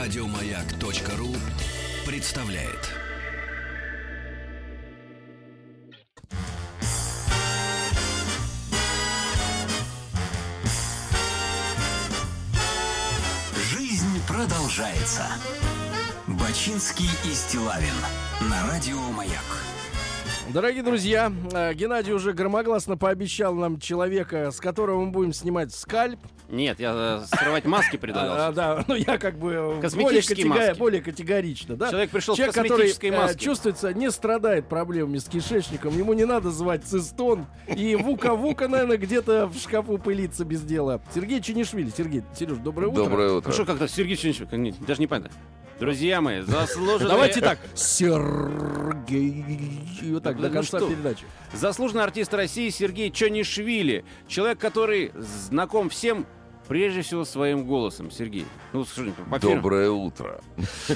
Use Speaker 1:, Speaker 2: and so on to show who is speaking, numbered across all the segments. Speaker 1: Радиомаяк.ру представляет. Жизнь продолжается. Бачинский и Стилавин на радио Маяк.
Speaker 2: Дорогие друзья, э, Геннадий уже громогласно пообещал нам человека, с которого мы будем снимать скальп.
Speaker 3: Нет, я э, срывать маски предлагал.
Speaker 2: А, да, ну я как бы э, более,
Speaker 3: Косметические
Speaker 2: катего-
Speaker 3: маски.
Speaker 2: более категорично. Да?
Speaker 3: Человек пришел в
Speaker 2: Человек,
Speaker 3: косметической
Speaker 2: который, э,
Speaker 3: маске.
Speaker 2: чувствуется, не страдает проблемами с кишечником. Ему не надо звать цистон. И вука-вука, наверное, где-то в шкафу пылится без дела. Сергей Чинишвили. Сергей, Сереж, доброе утро.
Speaker 4: Доброе утро.
Speaker 3: Хорошо, как-то Сергей Чинчук, не- даже не понятно. Друзья мои, заслуженные...
Speaker 2: Давайте так. Сергей. И вот так
Speaker 3: Э, Ну,
Speaker 2: до
Speaker 3: ну
Speaker 2: конца
Speaker 3: что?
Speaker 2: передачи.
Speaker 3: Заслуженный артист России Сергей Чонишвили. Человек, который знаком всем, прежде всего, своим голосом. Сергей, ну, скажи, по фильму.
Speaker 4: Доброе утро.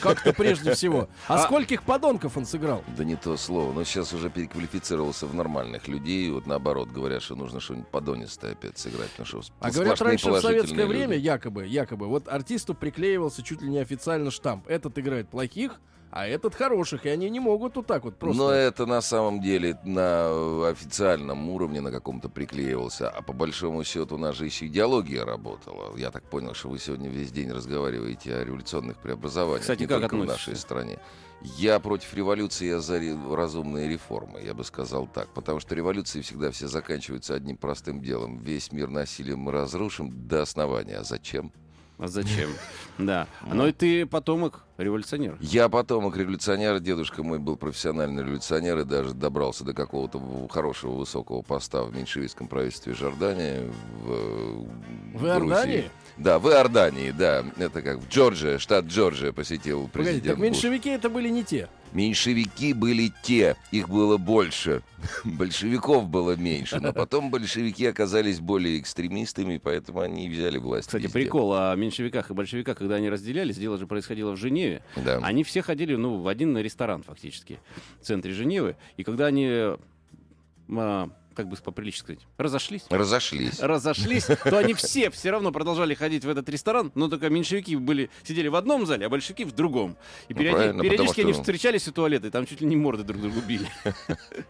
Speaker 2: Как-то прежде всего. А
Speaker 3: А-
Speaker 2: скольких подонков он сыграл?
Speaker 4: Да не то слово. Но сейчас уже переквалифицировался в нормальных людей. Вот наоборот, говорят, что нужно что-нибудь подонистое опять сыграть. Ну, что,
Speaker 2: А
Speaker 4: сплошные
Speaker 2: говорят, раньше в
Speaker 4: положительные
Speaker 2: советское
Speaker 4: люди.
Speaker 2: время, якобы, якобы, вот артисту приклеивался чуть ли не официально штамп. Этот играет плохих, а этот хороших, и они не могут вот так вот просто.
Speaker 4: Но это на самом деле на э, официальном уровне на каком-то приклеивался. А по большому счету у нас же еще идеология работала. Я так понял, что вы сегодня весь день разговариваете о революционных преобразованиях.
Speaker 3: Кстати,
Speaker 4: не
Speaker 3: как
Speaker 4: только в
Speaker 3: относитесь?
Speaker 4: нашей стране. Я против революции, я за ре- разумные реформы, я бы сказал так. Потому что революции всегда все заканчиваются одним простым делом. Весь мир насилием мы разрушим до основания. А зачем?
Speaker 3: А зачем? Да. Но и ты потомок революционер.
Speaker 4: Я потомок революционера, дедушка мой был профессиональный революционер и даже добрался до какого-то в- хорошего высокого поста в меньшевистском правительстве Жордании. В, э,
Speaker 2: В
Speaker 4: Грузии.
Speaker 2: Иордании?
Speaker 4: Да, в Иордании, да. Это как в Джорджия, штат Джорджия посетил
Speaker 2: Погодите,
Speaker 4: президент
Speaker 2: так меньшевики это были не те.
Speaker 4: Буш. Меньшевики были те, их было больше. Большевиков было меньше, но потом большевики оказались более экстремистами, поэтому они и взяли власть
Speaker 3: Кстати,
Speaker 4: везде.
Speaker 3: прикол о меньшевиках и большевиках, когда они разделялись, дело же происходило в Женеве.
Speaker 4: Да.
Speaker 3: Они все ходили, ну, в один ресторан фактически в центре Женевы. И когда они, э, а, как бы поприличнее сказать, разошлись,
Speaker 4: Разошлись.
Speaker 3: разошлись, то они все все равно продолжали ходить в этот ресторан, но только меньшевики были, сидели в одном зале, а большевики в другом. И
Speaker 4: Ну,
Speaker 3: периоди-
Speaker 4: правильно,
Speaker 3: периодически
Speaker 4: потому
Speaker 3: они
Speaker 4: что-
Speaker 3: встречались у туалета, и там чуть ли не морды друг другу били.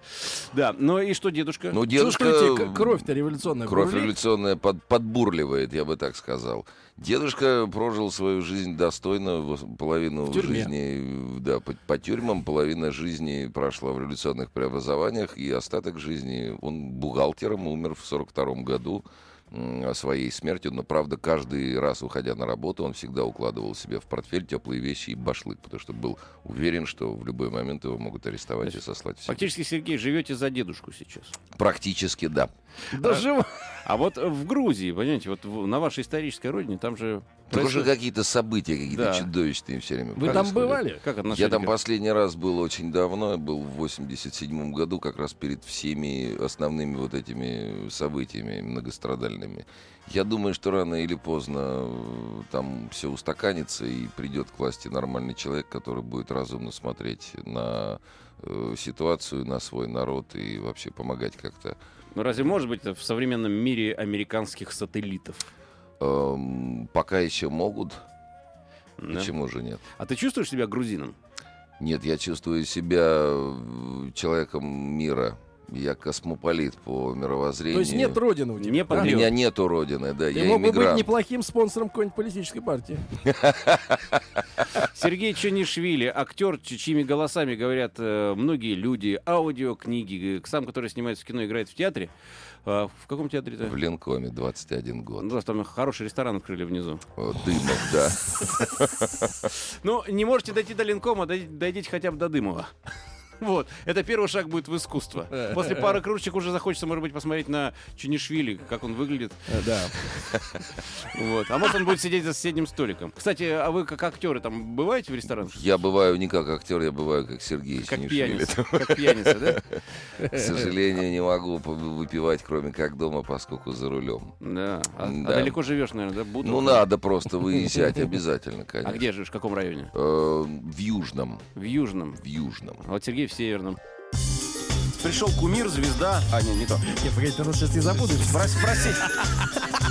Speaker 3: Да, ну и что, дедушка?
Speaker 4: Ну,
Speaker 2: Дедушка...
Speaker 4: дедушка...
Speaker 2: Слушайте, к- кровь-то революционная.
Speaker 4: Кровь
Speaker 2: бурлит.
Speaker 4: революционная под- подбурливает, я бы так сказал. Дедушка прожил свою жизнь достойно, в- половину
Speaker 2: В тюрьме.
Speaker 4: жизни да, по, по тюрьмам, половина жизни прошла в революционных преобразованиях, и остаток жизни он бухгалтером умер в 42 году м, а своей смертью, но правда каждый раз уходя на работу он всегда укладывал себе в портфель теплые вещи и башлык, потому что был уверен, что в любой момент его могут арестовать и сослать в Сибирь.
Speaker 3: Фактически, Сергей, живете за дедушку сейчас.
Speaker 4: Практически да.
Speaker 2: Доживает.
Speaker 3: А вот э, в Грузии, понимаете, вот в- на вашей исторической родине, там же...
Speaker 4: Только же
Speaker 3: происходит-
Speaker 4: какие-то события, какие-то
Speaker 3: Да.
Speaker 4: чудовищные все время.
Speaker 2: Вы там
Speaker 4: происходят.
Speaker 2: бывали?
Speaker 3: Как отношение
Speaker 4: Я там
Speaker 3: к-
Speaker 4: последний раз был очень давно, я был в 87 году, как раз перед всеми основными вот этими событиями многострадальными. Я думаю, что рано или поздно э, там все устаканится и придет к власти нормальный человек, который будет разумно смотреть на э, ситуацию, на свой народ и вообще помогать как-то.
Speaker 3: Ну, разве может быть это в современном мире американских сателлитов?
Speaker 4: Эм, пока еще могут,
Speaker 3: Да.
Speaker 4: почему же нет?
Speaker 3: А ты чувствуешь себя грузином?
Speaker 4: Нет, я чувствую себя э, человеком мира. Я космополит по мировоззрению.
Speaker 2: То есть нет родины у тебя.
Speaker 3: Не
Speaker 4: У
Speaker 2: да?
Speaker 3: патриот.
Speaker 4: меня нету родины, да,
Speaker 2: Ты
Speaker 4: я
Speaker 2: мог бы быть
Speaker 4: иммигрант.
Speaker 2: неплохим спонсором какой-нибудь политической партии.
Speaker 3: Сергей Чанишвили, актер, чь- чьими голосами говорят э, многие люди, аудиокниги, э, сам, который снимается в кино, играет в театре. А, в каком театре-то?
Speaker 4: В Ленкоме 21 год.
Speaker 3: Ну, да, там хороший ресторан открыли внизу.
Speaker 4: Э, Дымов, да.
Speaker 3: Ну, не можете дойти до Линкома, дойдите, дойдите хотя бы до Дымова. Вот, это первый шаг будет в искусство.
Speaker 2: Э.
Speaker 3: После пары кружечек уже захочется, может быть, посмотреть на Чунишвили, как он выглядит.
Speaker 2: Э, Да.
Speaker 3: Вот. А может, он будет сидеть за соседним столиком. Кстати, а вы как актеры там бываете в ресторанах?
Speaker 4: Я бываю не как актер, я бываю как Сергей
Speaker 3: Как
Speaker 4: Снишвили.
Speaker 3: пьяница. Как пьяница, да?
Speaker 4: К сожалению, не могу по- выпивать, кроме как дома, поскольку за рулем.
Speaker 3: Да. А, а
Speaker 4: Да.
Speaker 3: далеко живешь, наверное, да? Буду.
Speaker 4: Ну, надо просто выезжать обязательно,
Speaker 3: А
Speaker 4: конечно.
Speaker 3: где живешь? В каком районе?
Speaker 4: Э, В Южном,
Speaker 3: В Южном.
Speaker 4: в Южном.
Speaker 3: А вот Сергей в Северном.
Speaker 5: Пришел кумир, звезда. А, не, не то.
Speaker 2: Нет, погоди, ты нас сейчас не забудешь.
Speaker 5: Брось, спроси.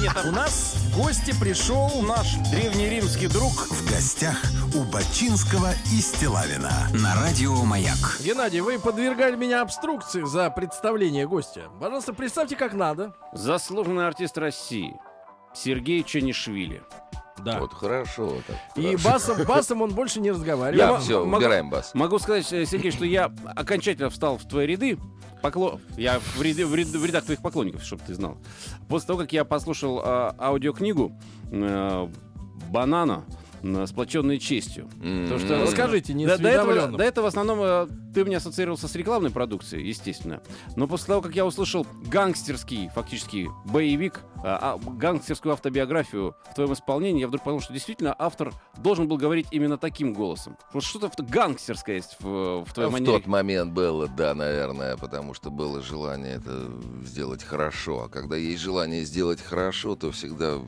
Speaker 5: Нет, там- у нас В гости пришел наш древнеримский друг.
Speaker 1: В гостях у Бачинского и Стилавина на Радио Маяк.
Speaker 2: Геннадий, вы подвергали меня обструкции за представление гостя. Пожалуйста, представьте, как надо.
Speaker 3: Заслуженный артист России Сергей Чанишвили.
Speaker 2: Да.
Speaker 4: Вот хорошо. так,
Speaker 2: И
Speaker 4: хорошо.
Speaker 2: басом, басом он больше не разговаривал.
Speaker 4: Я
Speaker 3: м-
Speaker 4: все,
Speaker 3: могу-
Speaker 4: убираем бас.
Speaker 3: Могу сказать, э, Сергей, что я окончательно встал в твои ряды. Покло... Я в, ряды- в ряд- в рядах твоих поклонников, чтобы ты знал. После того, как я послушал а, аудиокнигу э, Банана э, «Сплоченные честью».
Speaker 4: М,
Speaker 3: То,
Speaker 2: М-м.
Speaker 3: что-
Speaker 2: Расскажите, не
Speaker 3: Да, до, этого, до этого в основном э, ты мне ассоциировался с рекламной продукцией, естественно. Но после того, как я услышал гангстерский, фактически, боевик, а, а, гангстерскую автобиографию в твоем исполнении, я вдруг понял, что действительно автор должен был говорить именно таким голосом. Вот что-то авто- гангстерское есть в, в твоей
Speaker 4: Ну, в
Speaker 3: манере.
Speaker 4: тот момент было, да, наверное, потому что было желание это сделать хорошо. А когда есть желание сделать хорошо, то всегда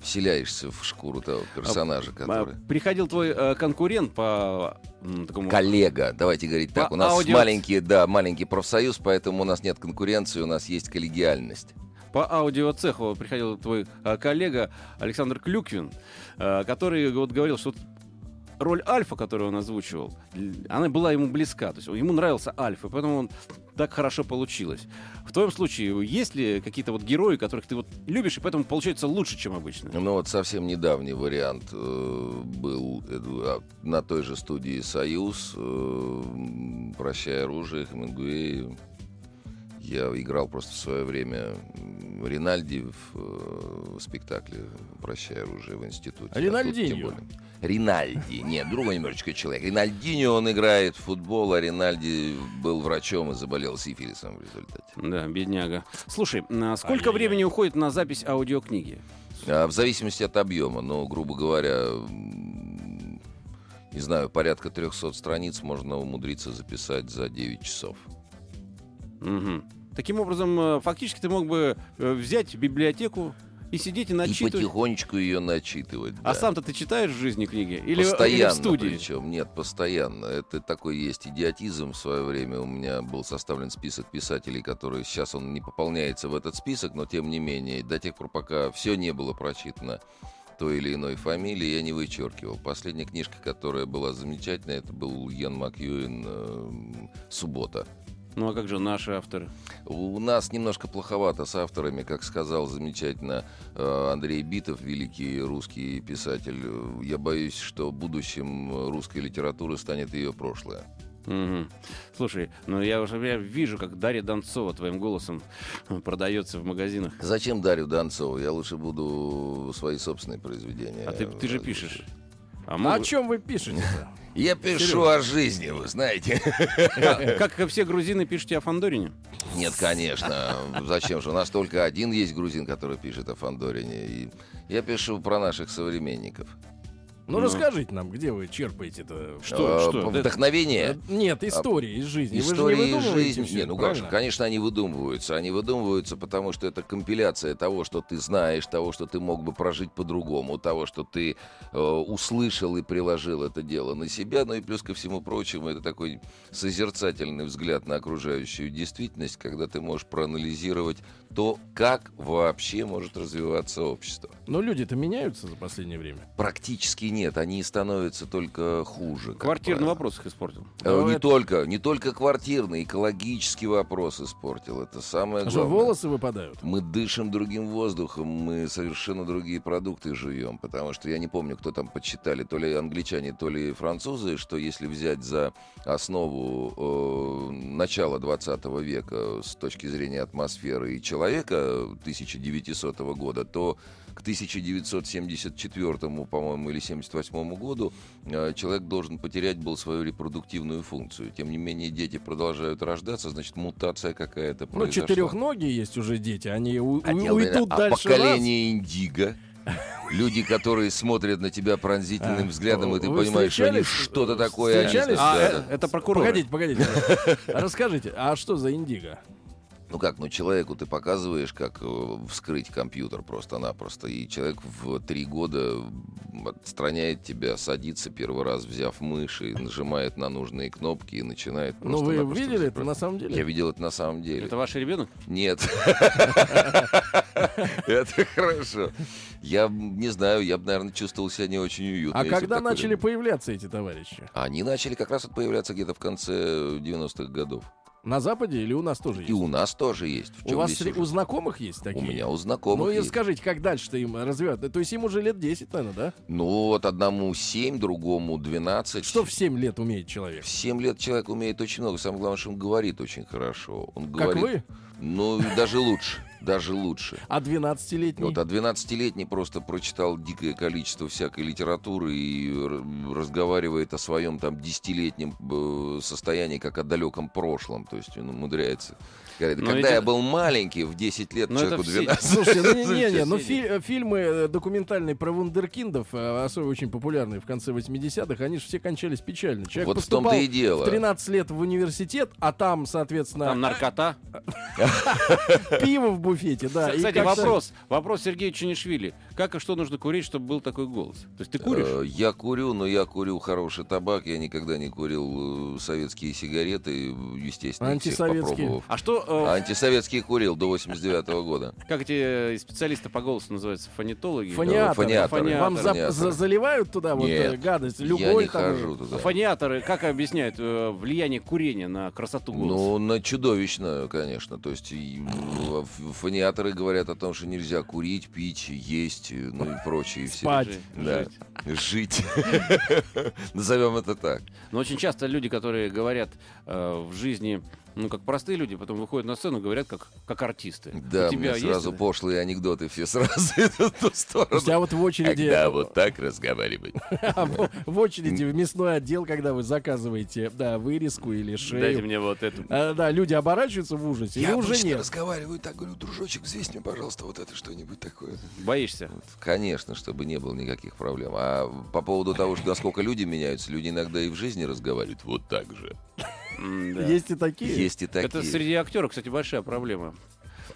Speaker 4: вселяешься в шкуру того персонажа,
Speaker 3: А,
Speaker 4: который...
Speaker 3: Приходил твой э, конкурент по м, такому...
Speaker 4: Коллега, давайте говорить так.
Speaker 3: По
Speaker 4: У нас
Speaker 3: аудио-
Speaker 4: маленький, да, маленький профсоюз, поэтому у нас нет конкуренции, у нас есть коллегиальность.
Speaker 3: по аудиоцеху приходил твой э, коллега Александр Клюквин, э, который вот говорил, что вот роль Альфа, которую он озвучивал, л- она была ему близка, то есть ему нравился Альфа, и поэтому он так хорошо получилось. В твоем случае есть ли какие-то вот герои, которых ты вот любишь, и поэтому получается лучше, чем обычно?
Speaker 4: Ну вот совсем недавний вариант э, был э, а, на той же студии «Союз», э, «Прощай оружие», Хемингуэй. Я играл просто в свое время м, Ринальди в, э, в спектакле «Прощай оружие» в институте. А тут тем
Speaker 2: Ринальдиньо?
Speaker 4: более. Ринальди. Нет, другой немножечко человек. Ринальдини он играет в футбол, а Ринальди был врачом и заболел сифилисом в результате.
Speaker 3: Да, бедняга. Слушай, а сколько времени уходит на запись аудиокниги?
Speaker 4: А, В зависимости от объема, но, грубо говоря, м, не знаю, порядка 300 страниц можно умудриться записать за 9 часов.
Speaker 3: Мгм. Таким образом, э, фактически ты мог бы э, взять библиотеку и сидеть и
Speaker 4: И
Speaker 3: начитывать.
Speaker 4: потихонечку ее начитывать.
Speaker 3: А
Speaker 4: да.
Speaker 3: сам-то ты читаешь в жизни книги? Или, или в
Speaker 4: постоянно
Speaker 3: студии?
Speaker 4: причем. Нет, постоянно. Это такой есть идиотизм в свое время. У меня был составлен список писателей, которые сейчас он не пополняется в этот список, но тем не менее, до тех пор, пока все не было прочитано той или иной фамилии, я не вычеркивал. Последняя книжка, которая была замечательная, это был Йен Макьюин эм, «Суббота».
Speaker 3: Ну а как же наши авторы?
Speaker 4: У нас немножко плоховато с авторами, как сказал замечательно э, Андрей Битов, великий русский писатель. Э, Я боюсь, что будущим э, русской литературы станет ее прошлое.
Speaker 3: Мгм. Слушай, ну я уже я вижу, как Дарья Донцова твоим голосом продается в магазинах.
Speaker 4: Зачем Дарью Донцову? Я лучше буду свои собственные произведения.
Speaker 3: А ты, ты же
Speaker 4: э,
Speaker 3: пишешь. А
Speaker 2: О
Speaker 3: мог-
Speaker 2: чем вы пишете-то?
Speaker 4: Я пишу о жизни, вы знаете.
Speaker 3: Как и все грузины, пишете о Фандорине?
Speaker 4: Нет, конечно. Зачем же? У нас только один есть грузин, который пишет о Фандорине. И я пишу про наших современников.
Speaker 2: Ну,
Speaker 3: Ну.
Speaker 2: расскажите нам, где вы черпаете-то?
Speaker 3: Что?
Speaker 4: Э,
Speaker 3: что? Да-
Speaker 4: Вдохновение.
Speaker 2: Э, Нет, истории из жизни.
Speaker 4: А, Истории
Speaker 2: вы же не выдумываете
Speaker 4: жизни.
Speaker 2: всё
Speaker 4: Не,
Speaker 2: это,
Speaker 4: ну как же,
Speaker 2: правильно?
Speaker 4: конечно, они выдумываются. Они выдумываются, потому что это компиляция того, что ты знаешь, того, что ты мог бы прожить по-другому, того, что ты э, услышал и приложил это дело на себя. Ну и плюс ко всему прочему, это такой созерцательный взгляд на окружающую действительность, когда ты можешь проанализировать то, как вообще может развиваться общество.
Speaker 2: Но люди-то меняются за последнее время.
Speaker 4: Практически нет, они становятся только хуже. как
Speaker 3: Квартирный
Speaker 4: правило.
Speaker 3: вопрос их испортил.
Speaker 4: Э,
Speaker 2: Ну,
Speaker 4: не
Speaker 2: это-
Speaker 4: только, не только квартирный, экологический вопрос испортил. Это самое
Speaker 2: А что,
Speaker 4: главное.
Speaker 2: волосы выпадают?
Speaker 4: Мы дышим другим воздухом, мы совершенно другие продукты жуем, потому что я не помню, кто там подсчитали, то ли англичане, то ли французы, что если взять за основу э, начала 20 века с точки зрения атмосферы и человека 1900 года, то к 1974, по-моему, или 78 году э, человек должен потерять был свою репродуктивную функцию. Тем не менее, дети продолжают рождаться, значит, мутация какая-то
Speaker 2: Ну,
Speaker 4: произошла.
Speaker 2: четырехногие есть уже дети, они у- у-
Speaker 4: А
Speaker 2: уйдут
Speaker 4: дело, наверное, а
Speaker 2: Ну, дальше
Speaker 4: поколение индиго. Люди, которые смотрят на тебя пронзительным
Speaker 2: А,
Speaker 4: взглядом, и ты
Speaker 2: вы
Speaker 4: понимаешь, что они
Speaker 2: встречались?
Speaker 4: что-то такое. они
Speaker 2: Встречались?
Speaker 4: знают.
Speaker 3: А,
Speaker 4: Да,
Speaker 3: э,
Speaker 4: да.
Speaker 3: это
Speaker 2: раз.
Speaker 3: прокурор.
Speaker 2: Погодите, погодите. Расскажите, а что за индиго?
Speaker 4: Ну как, ну человеку ты показываешь, как э, вскрыть компьютер просто-напросто, и человек в три года отстраняет тебя, садится первый раз, взяв мышь, и нажимает на нужные кнопки и начинает
Speaker 2: Ну, вы
Speaker 4: просто-напросто
Speaker 2: видели это
Speaker 4: взаправ-
Speaker 2: на самом
Speaker 4: Я
Speaker 2: деле?
Speaker 4: видел это на самом деле.
Speaker 3: Это ваш ребенок?
Speaker 4: Нет. Это хорошо. Я м, не знаю, я бы, наверное, чувствовал себя не очень уютно.
Speaker 2: А
Speaker 4: если б
Speaker 2: когда
Speaker 4: такое-
Speaker 2: начали появляться эти товарищи?
Speaker 4: Они начали как раз вот появляться где-то в конце 90-х годов.
Speaker 2: На Западе или у нас тоже
Speaker 4: И
Speaker 2: есть?
Speaker 4: у нас тоже есть. В
Speaker 2: У
Speaker 4: чем
Speaker 2: вас
Speaker 4: весь
Speaker 2: сре- у
Speaker 4: ужас?
Speaker 2: знакомых есть
Speaker 4: У
Speaker 2: такие?
Speaker 4: меня у
Speaker 2: Ну
Speaker 4: знакомых
Speaker 2: и
Speaker 4: есть.
Speaker 2: скажите, как дальше-то им развивать? То есть им уже лет 10, наверное, да?
Speaker 4: Ну вот одному 7, другому 12.
Speaker 2: Что в 7 лет умеет человек?
Speaker 4: В 7 лет человек умеет очень много. Самое главное, что он говорит очень хорошо. Он
Speaker 2: Как
Speaker 4: говорит,
Speaker 2: вы?
Speaker 4: Ну, и даже лучше. Даже лучше.
Speaker 2: А 12-летний?
Speaker 4: Вот, а 12-летний просто прочитал дикое количество всякой литературы и э, р- разговаривает о своем там 10-летнем э, состоянии, как о далеком прошлом. То есть он умудряется. Говорит,
Speaker 3: Но
Speaker 4: когда
Speaker 3: эти-
Speaker 4: я был маленький, в 10 лет
Speaker 3: Но это
Speaker 4: человеку
Speaker 3: все-
Speaker 4: 12.
Speaker 2: Слушайте, ну не, не, не,
Speaker 3: Слушайте,
Speaker 2: ну
Speaker 3: сидит.
Speaker 2: фи- э, фильмы э, документальные про вундеркиндов, э, особенно очень популярные в конце 80-х, они же все кончались печально. Человек
Speaker 4: Вот в
Speaker 2: поступал
Speaker 4: том-то и дело.
Speaker 2: в 13 лет в университет, а там, соответственно,
Speaker 3: Там наркота.
Speaker 2: пиво в буфете, да. и
Speaker 3: Кстати,
Speaker 2: как-то-
Speaker 3: вопрос. Вопрос Сергею Чунишвили. Как и что нужно курить, чтобы был такой голос? То есть ты куришь?
Speaker 4: Э, Я курю, но я курю хороший табак. Я никогда не курил э, советские сигареты, естественно, их всех
Speaker 2: Антисоветские.
Speaker 4: попробовав.
Speaker 3: А что,
Speaker 4: Антисоветские курил до 89 года.
Speaker 3: э, как эти э, специалисты по голосу называются? Фонетологи?
Speaker 2: Фониатор.
Speaker 4: Фониатор.
Speaker 2: Вам за-
Speaker 4: Фониатор.
Speaker 2: за- заливают туда вот э,
Speaker 4: Нет,
Speaker 2: гадость,
Speaker 4: я
Speaker 2: любой
Speaker 4: не
Speaker 2: там.
Speaker 4: хожу туда.
Speaker 3: Фониаторы как объясняют э, влияние курения на красоту голоса?
Speaker 4: Ну, на чудовищно, конечно. То есть и, э, ф- фониаторы говорят о том, что нельзя курить, пить, есть, э, ну и прочее. все.
Speaker 2: Спать.
Speaker 3: Жи-
Speaker 4: Да.
Speaker 3: жесть.
Speaker 4: Жить. Назовем это так.
Speaker 3: Но очень часто люди, которые говорят э, в жизни, ну, как простые люди, потом выходят на сцену, говорят, как, как артисты.
Speaker 4: Да,
Speaker 3: У тебя
Speaker 4: мне
Speaker 3: есть
Speaker 4: сразу
Speaker 3: это?
Speaker 4: пошлые анекдоты все сразу идут в ту
Speaker 2: Слушайте,
Speaker 4: сторону.
Speaker 2: а вот в очереди, а
Speaker 4: Когда вот так разговаривать.
Speaker 2: в очереди в мясной отдел, когда вы заказываете, да, вырезку или
Speaker 3: Дайте
Speaker 2: шею,
Speaker 3: мне вот эту.
Speaker 2: а, да, люди оборачиваются в ужасе, или
Speaker 4: Я
Speaker 2: уже
Speaker 4: обычно
Speaker 2: нет.
Speaker 4: разговариваю так, говорю, дружочек, взвесь мне, пожалуйста, вот это что-нибудь такое.
Speaker 3: Боишься?
Speaker 4: Конечно, чтобы не было никаких проблем. А по поводу того, что насколько люди меняются, люди иногда и в жизни разговаривают вот так же.
Speaker 3: М, да.
Speaker 2: Есть и такие.
Speaker 4: Есть и такие.
Speaker 3: Это среди актеров, кстати, большая проблема.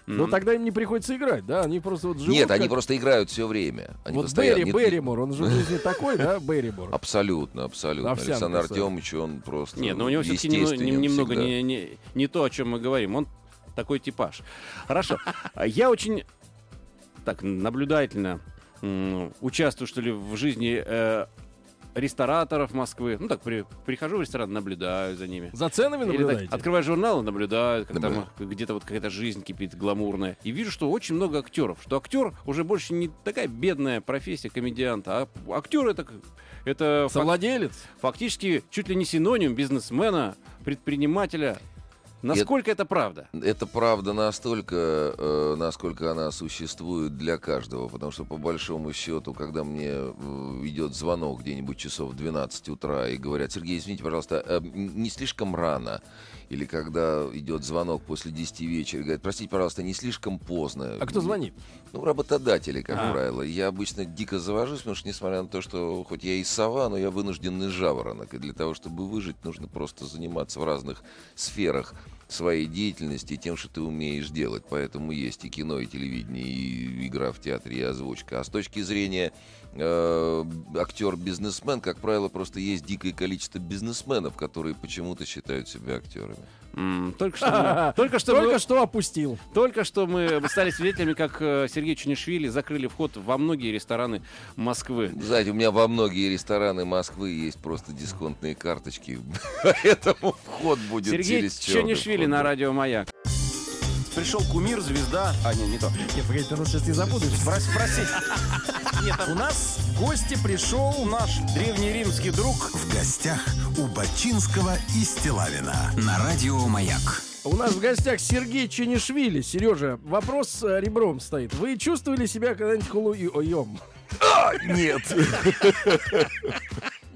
Speaker 3: М,
Speaker 2: Но тогда им не приходится играть, да? Они просто вот живут.
Speaker 4: Нет, они
Speaker 2: как-
Speaker 4: просто играют все время. Они
Speaker 2: вот
Speaker 4: постоянно- А
Speaker 2: Берри,
Speaker 4: Нет,
Speaker 2: Берримор, он же в жизни такой, да, Берримор?
Speaker 4: Абсолютно, абсолютно.
Speaker 2: Овсянка
Speaker 4: Александр
Speaker 2: своя.
Speaker 4: Артемович, он просто
Speaker 3: Нет, но ну, у него все-таки
Speaker 4: естественен
Speaker 3: немного
Speaker 4: всегда.
Speaker 3: не, не- не то, о чем мы говорим. Он такой типаж. Хорошо. А Я очень так наблюдательно м, участвую, что ли, в жизни э, рестораторов Москвы. Ну так, при- прихожу в ресторан, наблюдаю за ними.
Speaker 2: За ценами
Speaker 3: Или так,
Speaker 2: наблюдаете?
Speaker 3: открываю журнал и наблюдаю, как там
Speaker 4: Наблюдаю.
Speaker 3: э, где-то вот какая-то жизнь кипит гламурная. И вижу, что очень много актеров. Что актер уже больше не такая бедная профессия комедианта, а актер это, к- это фак-
Speaker 2: Совладелец?
Speaker 3: фактически чуть ли не синоним бизнесмена, предпринимателя. Насколько это правда?
Speaker 4: Это правда настолько, э, насколько она существует для каждого, потому что по большому счету, когда мне э, идет звонок где-нибудь часов в 12 утра и говорят, Сергей, извините, пожалуйста, э, м- не слишком рано, или когда идет звонок после 10 вечера, и говорят, простите, пожалуйста, не слишком поздно.
Speaker 2: А кто звонит?
Speaker 4: Ну, работодатели, как
Speaker 3: А.
Speaker 4: правило. Я обычно дико завожусь, потому что, несмотря на то, что хоть я и сова, но я вынужденный жаворонок. И для того, чтобы выжить, нужно просто заниматься в разных сферах своей деятельности и тем, что ты умеешь делать. Поэтому есть и кино, и телевидение, и игра в театре, и озвучка. А с точки зрения э, актер-бизнесмен, как правило, просто есть дикое количество бизнесменов, которые почему-то считают себя актерами.
Speaker 3: М, Только что, мы, только, что
Speaker 2: Только
Speaker 3: мы,
Speaker 2: что опустил.
Speaker 3: только что мы стали свидетелями, как э, Сергей Чунишвили закрыли вход во многие рестораны Москвы.
Speaker 4: Знаете, у меня во многие рестораны Москвы есть просто дисконтные карточки, поэтому вход будет
Speaker 3: Сергей
Speaker 4: через черный
Speaker 3: Чунишвили
Speaker 4: вход,
Speaker 3: на
Speaker 4: да.
Speaker 3: радио Маяк.
Speaker 5: Пришел кумир, звезда. А, не, не то.
Speaker 2: Нет, погоди, ты нас сейчас не забудешь.
Speaker 5: Брось, спроси. Нет, у нас в гости пришел наш древнеримский друг.
Speaker 1: В гостях у Бачинского и Стилавина на радио Маяк.
Speaker 2: У нас в гостях Сергей Ченишвили. Сережа, вопрос с э, ребром стоит. Вы чувствовали себя когда-нибудь холуем?
Speaker 4: Нет,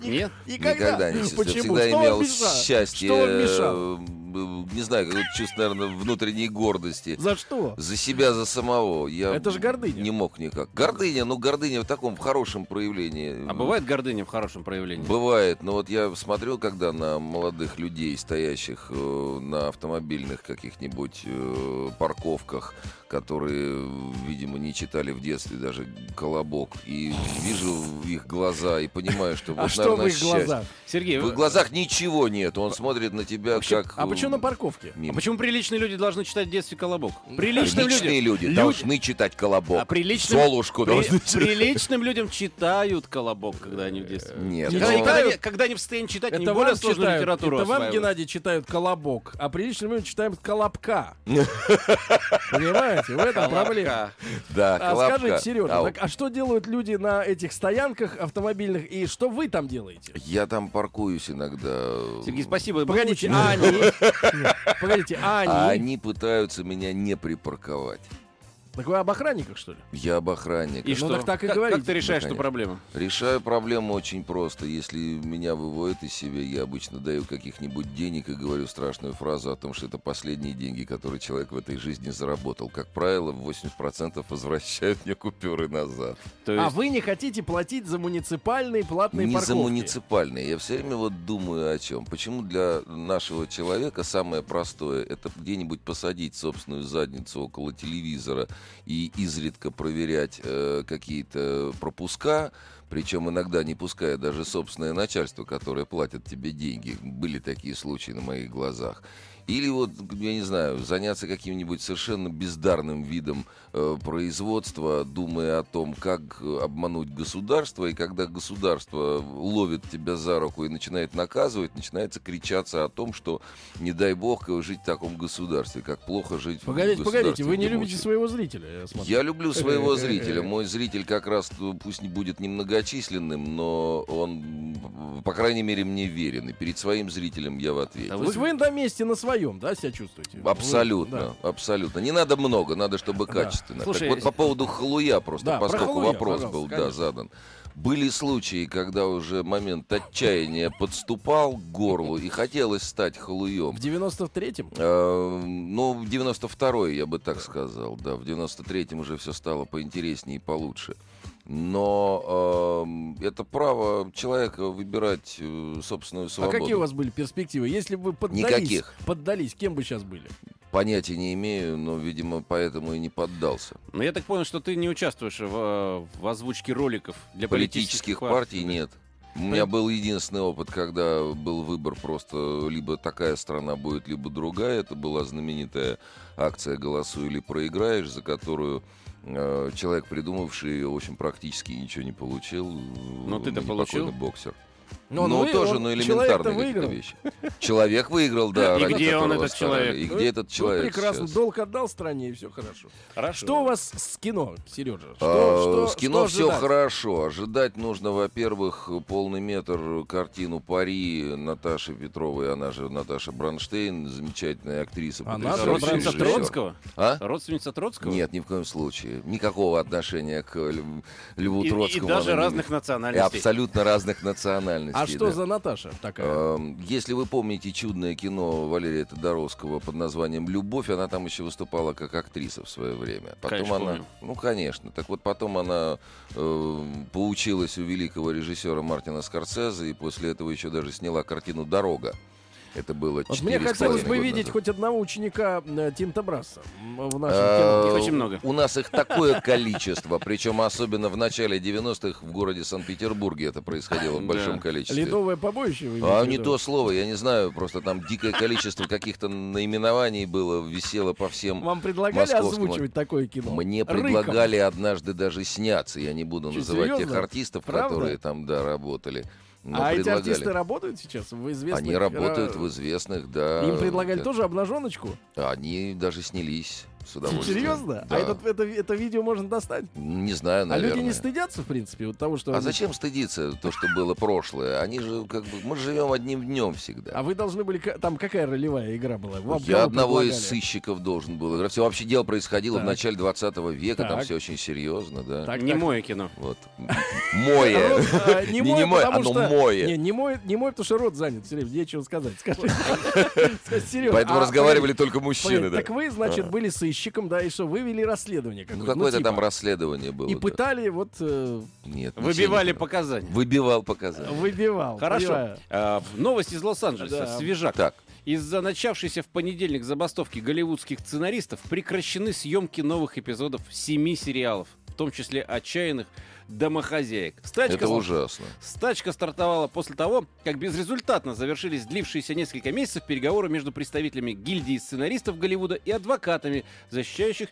Speaker 3: Нет?
Speaker 4: никогда не чувствовал.
Speaker 2: Почему?
Speaker 4: Всегда
Speaker 2: что вам
Speaker 4: имел
Speaker 2: мешало?
Speaker 4: счастье
Speaker 2: Что вам мешало?
Speaker 4: э, б- не знаю, какое-то чувство, наверное, внутренней гордости.
Speaker 2: За что?
Speaker 4: За себя, за самого. Я
Speaker 2: Это ж гордыня.
Speaker 4: Не мог никак. Гордыня, ну гордыня в таком, в хорошем проявлении.
Speaker 3: А бывает гордыня в хорошем проявлении?
Speaker 4: Бывает, но вот я смотрю, когда на молодых людей, стоящих э, на автомобильных каких-нибудь э, парковках, которые, видимо, не читали в детстве даже колобок, и вижу в их глаза и понимаю, что вот,
Speaker 2: А что в
Speaker 4: наверное,
Speaker 2: их
Speaker 4: счастье.
Speaker 2: глазах?
Speaker 3: Сергей,
Speaker 4: В
Speaker 3: вы-
Speaker 4: их глазах ничего нет, он смотрит на тебя
Speaker 2: Вообще,
Speaker 4: как...
Speaker 2: а
Speaker 4: э,
Speaker 2: почему на парковке?
Speaker 3: а
Speaker 4: мимо.
Speaker 3: почему приличные люди должны читать в детстве колобок? Приличные,
Speaker 4: Приличные люди, должны читать колобок.
Speaker 3: А приличным...
Speaker 4: Золушку
Speaker 3: при-
Speaker 4: должны
Speaker 3: Приличным людям читают колобок, когда они в детстве.
Speaker 4: Нет,
Speaker 3: Когда,
Speaker 4: ну,
Speaker 3: когда они, когда они в состоянии читать, не
Speaker 2: Это
Speaker 3: более
Speaker 2: вам,
Speaker 3: сложную
Speaker 2: читают,
Speaker 3: литературу
Speaker 2: это вам,
Speaker 3: осваивают.
Speaker 2: Геннадий, читают колобок, а приличным людям читаем колобка. Понимаете, в этом проблема.
Speaker 3: Колобка.
Speaker 4: да,
Speaker 2: А
Speaker 4: колобка.
Speaker 2: скажите, Сережа,
Speaker 4: Ау.
Speaker 2: так а что делают люди на этих стоянках автомобильных и что вы там делаете?
Speaker 4: Я там паркуюсь иногда.
Speaker 3: Сергей, спасибо.
Speaker 2: Погодите,
Speaker 3: Был
Speaker 2: а
Speaker 3: очень-
Speaker 2: они? Погодите, а
Speaker 4: А
Speaker 2: они?
Speaker 4: они пытаются меня не припарковать.
Speaker 2: Так вы об охранниках, что ли?
Speaker 4: Я об охраннике.
Speaker 3: И что?
Speaker 2: Ну, так так и
Speaker 3: как,
Speaker 2: говорите.
Speaker 3: Как ты решаешь
Speaker 4: Ну,
Speaker 3: эту
Speaker 4: конечно.
Speaker 3: проблему?
Speaker 4: Решаю проблему очень просто. Если меня выводят из себя, я обычно даю каких-нибудь денег и говорю страшную фразу о том, что это последние деньги, которые человек в этой жизни заработал. Как правило, 80% возвращают мне купюры назад.
Speaker 3: То
Speaker 2: А
Speaker 3: есть,
Speaker 2: вы не хотите платить за муниципальные платные
Speaker 4: Не за
Speaker 2: парковки?
Speaker 4: муниципальные. Я все время вот думаю о чем. Почему для нашего человека самое простое это где-нибудь посадить собственную задницу около телевизора и изредка проверять э, какие-то пропуска, причем иногда не пуская даже собственное начальство, которое платит тебе деньги. Были такие случаи на моих глазах. Или вот, я не знаю, заняться каким-нибудь совершенно бездарным видом э, производства, думая о том, как э, обмануть государство, и когда государство ловит тебя за руку и начинает наказывать, начинается кричаться о том, что не дай бог э, жить в таком государстве, как плохо жить
Speaker 2: Погодите,
Speaker 4: в государстве.
Speaker 2: погодите, вы не
Speaker 4: где
Speaker 2: любите
Speaker 4: мучают.
Speaker 2: своего зрителя, я смотрю.
Speaker 4: Я люблю своего зрителя. Мой зритель как раз, ну, пусть не будет немногочисленным, но он, м, по крайней мере, мне верен. И перед своим зрителем я в ответе.
Speaker 2: Вот вы на месте на своем, да, себя чувствуете? Вы-
Speaker 4: Абсолютно, абсолютно. Не надо много, надо, чтобы качественно.
Speaker 3: Слушай,
Speaker 4: так вот по поводу халуя просто,
Speaker 2: Да, про
Speaker 4: поскольку
Speaker 2: халуя,
Speaker 4: вопрос был
Speaker 2: пожалуйста,
Speaker 4: да, задан. Были случаи, когда уже момент отчаяния подступал к горлу и хотелось стать халуем.
Speaker 2: В 93-м?
Speaker 4: Э, Ну, в 92-й, я бы так сказал, да. В 93-м уже все стало поинтереснее и получше. Но эм, это право человека выбирать э, собственную
Speaker 2: А
Speaker 4: свободу.
Speaker 2: какие у вас были перспективы? Если бы вы поддались,
Speaker 4: Никаких.
Speaker 2: поддались, кем бы сейчас были?
Speaker 4: Понятия не имею, но, видимо, поэтому и не поддался.
Speaker 3: Ну, я так понял, что ты не участвуешь в, э, в озвучке роликов для
Speaker 4: Политических,
Speaker 3: политических,
Speaker 4: партий нет. У меня был единственный опыт, когда был выбор просто либо такая страна будет, либо другая. Это была знаменитая акция «Голосуй или проиграешь», за которую э, человек, придумавший ее, в общем, практически ничего не получил. Ну,
Speaker 3: ты-то получил?
Speaker 4: боксер.
Speaker 2: Но
Speaker 4: Ну,
Speaker 2: он вы-
Speaker 4: тоже,
Speaker 2: он-
Speaker 4: ну,
Speaker 2: человек-то
Speaker 4: элементарные какие-то
Speaker 2: выиграл.
Speaker 4: вещи. Человек выиграл, да.
Speaker 3: И
Speaker 4: ради
Speaker 3: где он,
Speaker 4: которого
Speaker 3: этот
Speaker 4: старали.
Speaker 3: человек?
Speaker 4: И где этот
Speaker 2: Ну,
Speaker 4: человек
Speaker 2: прекрасно,
Speaker 4: сейчас?
Speaker 2: долг отдал стране, и все хорошо. А
Speaker 3: Хорошо.
Speaker 2: Что у вас с кино, Сережа?
Speaker 4: А, с кино все хорошо. Ожидать нужно, во-первых, полный метр картину Пари Наташи Петровой, она же Наташа Бронштейн, замечательная актриса.
Speaker 2: Она же
Speaker 4: потрясающий
Speaker 3: Родственница
Speaker 2: Родственница
Speaker 4: режиссер.
Speaker 3: Троцкого?
Speaker 4: А?
Speaker 3: Родственница Троцкого?
Speaker 4: Нет, ни в коем случае. Никакого отношения к Льву, Льву
Speaker 3: И, и
Speaker 4: Троцкому.
Speaker 3: даже
Speaker 4: она не
Speaker 3: разных
Speaker 4: имеет. И
Speaker 3: национальностей.
Speaker 4: абсолютно разных национальностей.
Speaker 2: А что
Speaker 4: да.
Speaker 2: за Наташа такая?
Speaker 4: Эм, Если вы помните чудное кино Валерия Тодоровского под названием «Любовь», она там еще выступала как актриса в свое время. Потом
Speaker 3: Конечно,
Speaker 4: она,
Speaker 3: помню.
Speaker 4: ну конечно, так вот потом она эм, поучилась у великого режиссера Мартина Скорсезе и после этого еще даже сняла картину «Дорога». Это было
Speaker 2: Вот
Speaker 4: четыре
Speaker 2: мне
Speaker 4: с
Speaker 2: хотелось
Speaker 4: половиной
Speaker 2: бы
Speaker 4: года
Speaker 2: видеть
Speaker 4: назад.
Speaker 2: хоть одного ученика э, Тинта Брасса м, в нашем кино.
Speaker 4: Э,
Speaker 3: Очень много.
Speaker 4: У нас их такое количество, причем особенно в начале 90-х в городе Санкт-Петербурге это происходило в большом
Speaker 3: Да.
Speaker 4: количестве.
Speaker 2: Ледовое побоище вы
Speaker 4: А
Speaker 2: имеете в
Speaker 4: не
Speaker 2: виду?
Speaker 4: то слово, я не знаю, просто там дикое количество каких-то наименований было, висело по всем.
Speaker 2: Вам предлагали
Speaker 4: московскому-
Speaker 2: озвучивать такое кино?
Speaker 4: Мне
Speaker 2: Рыком.
Speaker 4: предлагали однажды даже сняться, я не буду
Speaker 2: Чё,
Speaker 4: называть тех
Speaker 2: серьезно?
Speaker 4: артистов,
Speaker 2: Правда?
Speaker 4: которые там, да, работали. Но
Speaker 2: А эти
Speaker 4: предлагали.
Speaker 2: артисты работают сейчас в известных...
Speaker 4: Они
Speaker 2: э,
Speaker 4: работают в известных, да.
Speaker 2: Им предлагали
Speaker 4: э,
Speaker 2: тоже обнаженочку?
Speaker 4: Они даже снялись. с удовольствием.
Speaker 2: Серьезно?
Speaker 4: Да.
Speaker 2: А этот- это, это видео можно достать?
Speaker 4: Не знаю,
Speaker 2: А
Speaker 4: наверное.
Speaker 2: люди не стыдятся, в принципе, вот того, что...
Speaker 4: А
Speaker 2: они-
Speaker 4: зачем стыдиться то, что было прошлое? Они же как бы мы живем одним днем всегда.
Speaker 2: А вы должны были... ка- Там какая ролевая игра была? Вам
Speaker 4: Я
Speaker 2: кого
Speaker 4: одного из
Speaker 2: предлагали?
Speaker 4: сыщиков должен был играть. Все вообще дело происходило
Speaker 2: Так.
Speaker 4: в начале 20 века, там
Speaker 2: Так.
Speaker 4: все очень серьезно, да.
Speaker 2: Так,
Speaker 3: Не
Speaker 2: так.
Speaker 3: мое кино.
Speaker 4: Вот. М- Мое.
Speaker 2: Рот, а,
Speaker 4: Не
Speaker 2: немое,
Speaker 4: немое,
Speaker 2: потому
Speaker 4: оно
Speaker 2: что-
Speaker 4: мое.
Speaker 2: Не, немое, немое, потому что рот занят, Серег, нечего сказать. Скажи. Скажи, Серёж,
Speaker 4: Поэтому
Speaker 2: а,
Speaker 4: разговаривали только
Speaker 2: погоди,
Speaker 4: мужчины, да. А.
Speaker 2: Так вы, значит, были сыщиком, да, и что, вывели расследование
Speaker 4: Ну,
Speaker 2: какое-то.
Speaker 4: какое-то там
Speaker 2: типа.
Speaker 4: расследование было.
Speaker 2: И
Speaker 4: да.
Speaker 2: пытали, вот, э,
Speaker 4: Нет. ничего не
Speaker 3: Выбивали
Speaker 4: пытал.
Speaker 3: показания.
Speaker 4: Выбивал показания.
Speaker 2: выбивал.
Speaker 3: Хорошо.
Speaker 2: Ну, понимаю.
Speaker 3: А, в- Новость из Лос-Анджелеса.
Speaker 2: Да.
Speaker 3: Свежак.
Speaker 4: Так.
Speaker 3: Из-за начавшейся в понедельник забастовки голливудских сценаристов прекращены съемки новых эпизодов семи сериалов, в том числе «Отчаянных домохозяек». Стачка
Speaker 4: Это ужасно.
Speaker 3: Стачка стартовала после того, как безрезультатно завершились длившиеся несколько месяцев переговоры между представителями гильдии сценаристов Голливуда и адвокатами, защищающих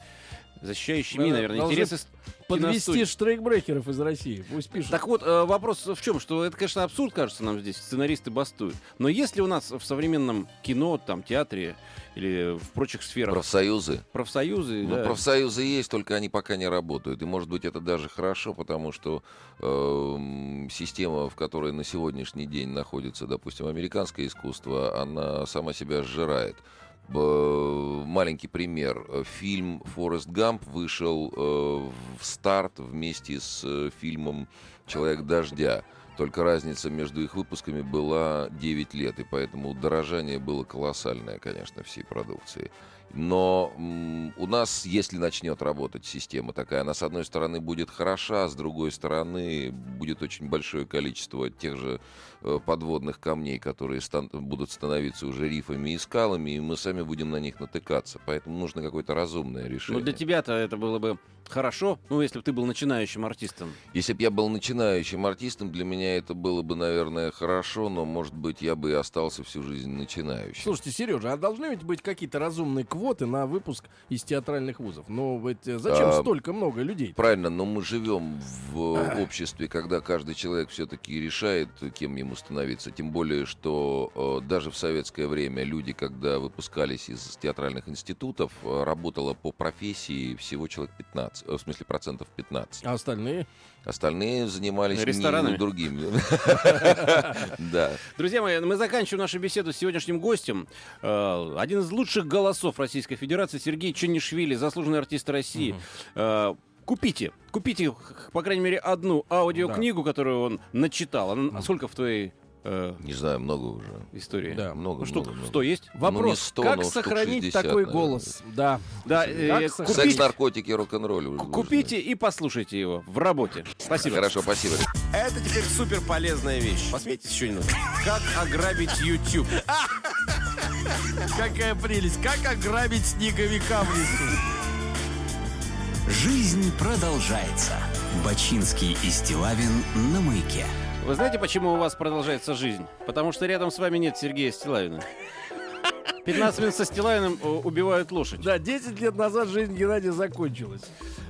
Speaker 3: защищающими,
Speaker 2: Да,
Speaker 3: наверное,
Speaker 2: должны
Speaker 3: интересы с-
Speaker 2: Подвести
Speaker 3: киностудий.
Speaker 2: штрейкбрекеров из России, пусть пишут.
Speaker 3: Так вот, э, вопрос в чем? Что это, конечно, абсурд кажется нам здесь, сценаристы бастуют. Но если у нас в современном кино, там, театре или в прочих сферах
Speaker 4: Профсоюзы.
Speaker 3: профсоюзы,
Speaker 4: Ну,
Speaker 3: да,
Speaker 4: профсоюзы есть, только они пока не работают. И, может быть, это даже хорошо, потому что эм, система, в которой на сегодняшний день находится, допустим, американское искусство, она сама себя сжирает. Б- Маленький пример. Э, Фильм «Форест Гамп» вышел э, в старт вместе с э, фильмом «Человек дождя». Только разница между их выпусками была 9 лет, и поэтому дорожание было колоссальное, конечно, всей продукции. Но м, у нас, если начнет работать система такая, она, с одной стороны, будет хороша, с другой стороны, будет очень большое количество тех же э, подводных камней, которые стан- будут становиться уже рифами и скалами, и мы сами будем на них натыкаться. Поэтому нужно какое-то разумное решение.
Speaker 3: Ну, для тебя-то это было бы хорошо, ну, если бы ты был начинающим артистом.
Speaker 4: Если бы я был начинающим артистом, для меня это было бы, наверное, хорошо, но, может быть, я бы и остался всю жизнь начинающим.
Speaker 2: Слушайте, Сережа, а должны ведь быть какие-то разумные квоты на выпуск из театральных вузов? Ну, ведь э, зачем
Speaker 4: А,
Speaker 2: столько много людей?
Speaker 4: Правильно, но мы живем в обществе, когда каждый человек все-таки решает, кем ему становиться. Тем более, что э, даже в советское время люди, когда выпускались из театральных институтов, э, работало по профессии всего человек 15, э, в смысле процентов 15.
Speaker 2: А остальные?
Speaker 4: Остальные занимались не-
Speaker 3: Ресторанами.
Speaker 4: другими. Да.
Speaker 3: Друзья мои, мы заканчиваем нашу беседу с сегодняшним гостем. Э, Один из лучших голосов Российской Федерации Сергей Ченишвили, заслуженный артист России. Э, Купите, купите, х- по крайней мере, одну аудиокнигу, которую он начитал. Она- а сколько в твоей э,
Speaker 4: Не знаю, много уже.
Speaker 3: истории?
Speaker 2: Да.
Speaker 4: Много,
Speaker 3: Ну, штук
Speaker 4: много, много.
Speaker 3: 100 есть?
Speaker 2: Вопрос,
Speaker 4: не 100,
Speaker 2: как
Speaker 4: но штук
Speaker 2: сохранить
Speaker 4: 60,
Speaker 2: такой
Speaker 4: наверное.
Speaker 2: голос? Да.
Speaker 3: Да,
Speaker 2: Как
Speaker 3: э,
Speaker 2: сохранить?
Speaker 4: Секс,
Speaker 3: купите,
Speaker 4: наркотики, рок-н-ролл.
Speaker 3: к- купите и послушайте его в работе. Спасибо.
Speaker 4: Хорошо, спасибо.
Speaker 5: Это теперь супер полезная вещь. Посмейтесь еще немного. Как ограбить YouTube?
Speaker 2: Какая прелесть, как ограбить снеговика в лесу?
Speaker 1: Жизнь продолжается. Бачинский и Стилавин на маяке.
Speaker 3: Вы знаете, почему у вас продолжается жизнь? Потому что рядом с вами нет Сергея Стилавина. 15 минут со Стилавиным э, убивают лошадь.
Speaker 2: Да, 10 лет назад жизнь Геннадия закончилась.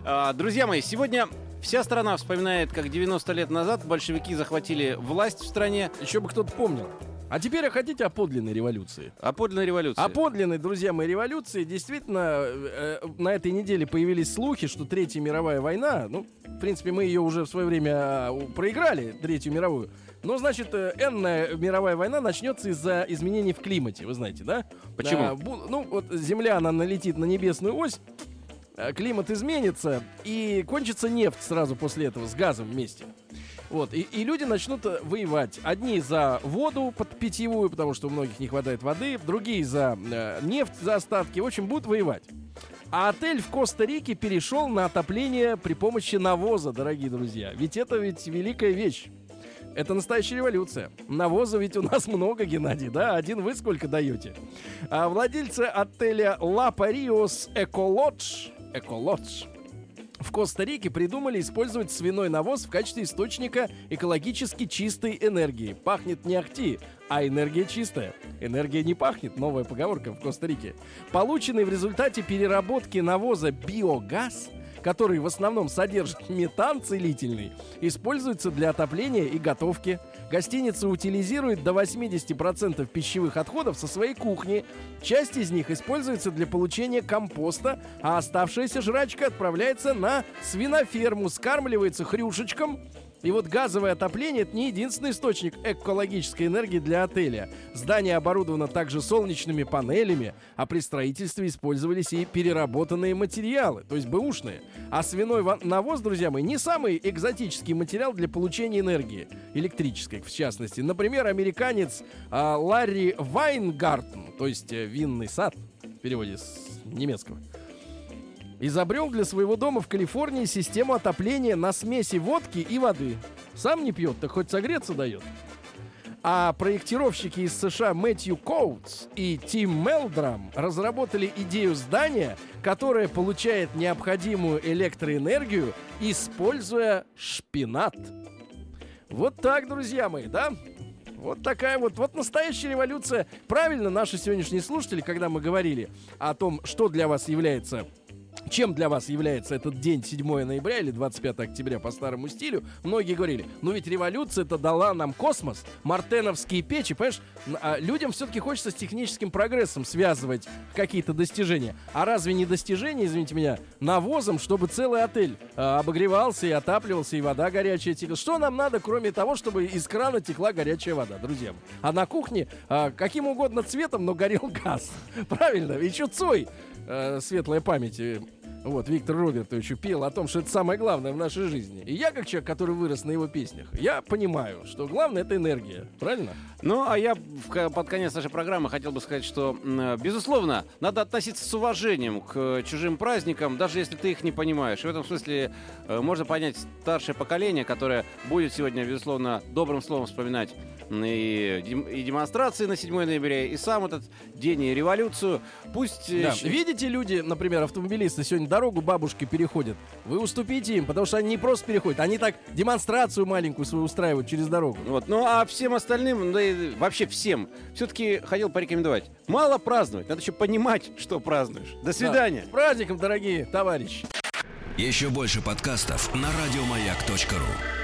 Speaker 3: А, Друзья мои, сегодня вся страна вспоминает, как 90 лет назад большевики захватили власть в стране.
Speaker 2: Еще бы кто-то помнил. А теперь а хотите о подлинной революции?
Speaker 3: А подлинная революция.
Speaker 2: О подлинной, друзья мои, революции действительно э, э, на этой неделе появились слухи, что Третья мировая война, ну, в принципе, мы ее уже в свое время а, у- проиграли, Третью мировую. Но, значит, э, энная мировая война начнется из-за изменений в климате, вы знаете, да?
Speaker 3: Почему?
Speaker 2: Да, бу- ну, вот Земля, она налетит на небесную ось, э, климат изменится, и кончится нефть сразу после этого с газом вместе. Вот, и, и люди начнут э, воевать. Одни за воду под питьевую, потому что у многих не хватает воды, другие за э, нефть, за остатки. В общем, будут воевать. А отель в Коста-Рике перешел на отопление при помощи навоза, дорогие друзья. Ведь это ведь великая вещь. Это настоящая революция. Навоза ведь у нас много, Геннадий, да? Один вы сколько даете? А владельцы отеля La Parios Эко-Лодж Эко-Лодж в Коста-Рике придумали использовать свиной навоз в качестве источника экологически чистой энергии. Пахнет не ахти, а энергия чистая. Энергия не пахнет, новая поговорка в Коста-Рике. Полученный в результате переработки навоза биогаз который в основном содержит метан целительный, используется для отопления и готовки. Гостиница утилизирует до 80% пищевых отходов со своей кухни. Часть из них используется для получения компоста, а оставшаяся жрачка отправляется на свиноферму, скармливается хрюшечкам. И вот газовое отопление это не единственный источник экологической энергии для отеля. Здание оборудовано также солнечными панелями, а при строительстве использовались и переработанные материалы, то есть бэушные. А свиной ва- навоз, друзья мои, не самый экзотический материал для получения энергии, электрической в частности. Например, американец а, Ларри Вайнгартен, то есть э, винный сад, в переводе с немецкого, изобрел для своего дома в Калифорнии систему отопления на смеси водки и воды. Сам не пьет, так хоть согреться дает. А проектировщики из США Мэтью Коутс и Тим Мелдрам разработали идею здания, которое получает необходимую электроэнергию, используя шпинат. Вот так, друзья мои, да? Вот такая вот, вот настоящая революция. Правильно наши сегодняшние слушатели, когда мы говорили о том, что для вас является чем для вас является этот день 7 ноября или 25 октября по старому стилю? Многие говорили, ну ведь революция-то дала нам космос, мартеновские печи, понимаешь? Н- а людям все-таки хочется с техническим прогрессом связывать какие-то достижения. А разве не достижения, извините меня, навозом, чтобы целый отель а, обогревался и отапливался, и вода горячая текла? Что нам надо, кроме того, чтобы из крана текла горячая вода, друзья мои? А на кухне а, каким угодно цветом, но горел газ. Правильно, еще Цой э, светлая память. э, Вот, Виктор Робертович пел о том, что это самое главное в нашей жизни. И я, как человек, который вырос на его песнях, я понимаю, что главное — это энергия. Правильно?
Speaker 3: Ну, а я в ко- под конец нашей программы хотел бы сказать, что, м, э, безусловно, надо относиться с уважением к э, чужим праздникам, даже если ты их не понимаешь. И в этом смысле э, можно понять старшее поколение, которое будет сегодня, безусловно, добрым словом вспоминать м, и, дем- и демонстрации на 7 ноября, и сам этот день, и революцию. Пусть... э,
Speaker 2: Да.
Speaker 3: щ-
Speaker 2: Видите, люди, например, автомобилисты сегодня дорогу бабушки переходят. Вы уступите им, потому что они не просто переходят, они так демонстрацию маленькую свою устраивают через дорогу.
Speaker 3: Вот. Ну а всем остальным, да и вообще всем, все-таки хотел порекомендовать. Мало праздновать, надо еще понимать, что празднуешь. До свидания.
Speaker 2: Да. С праздником, дорогие товарищи!
Speaker 6: Еще больше подкастов на радиомаяк.ру.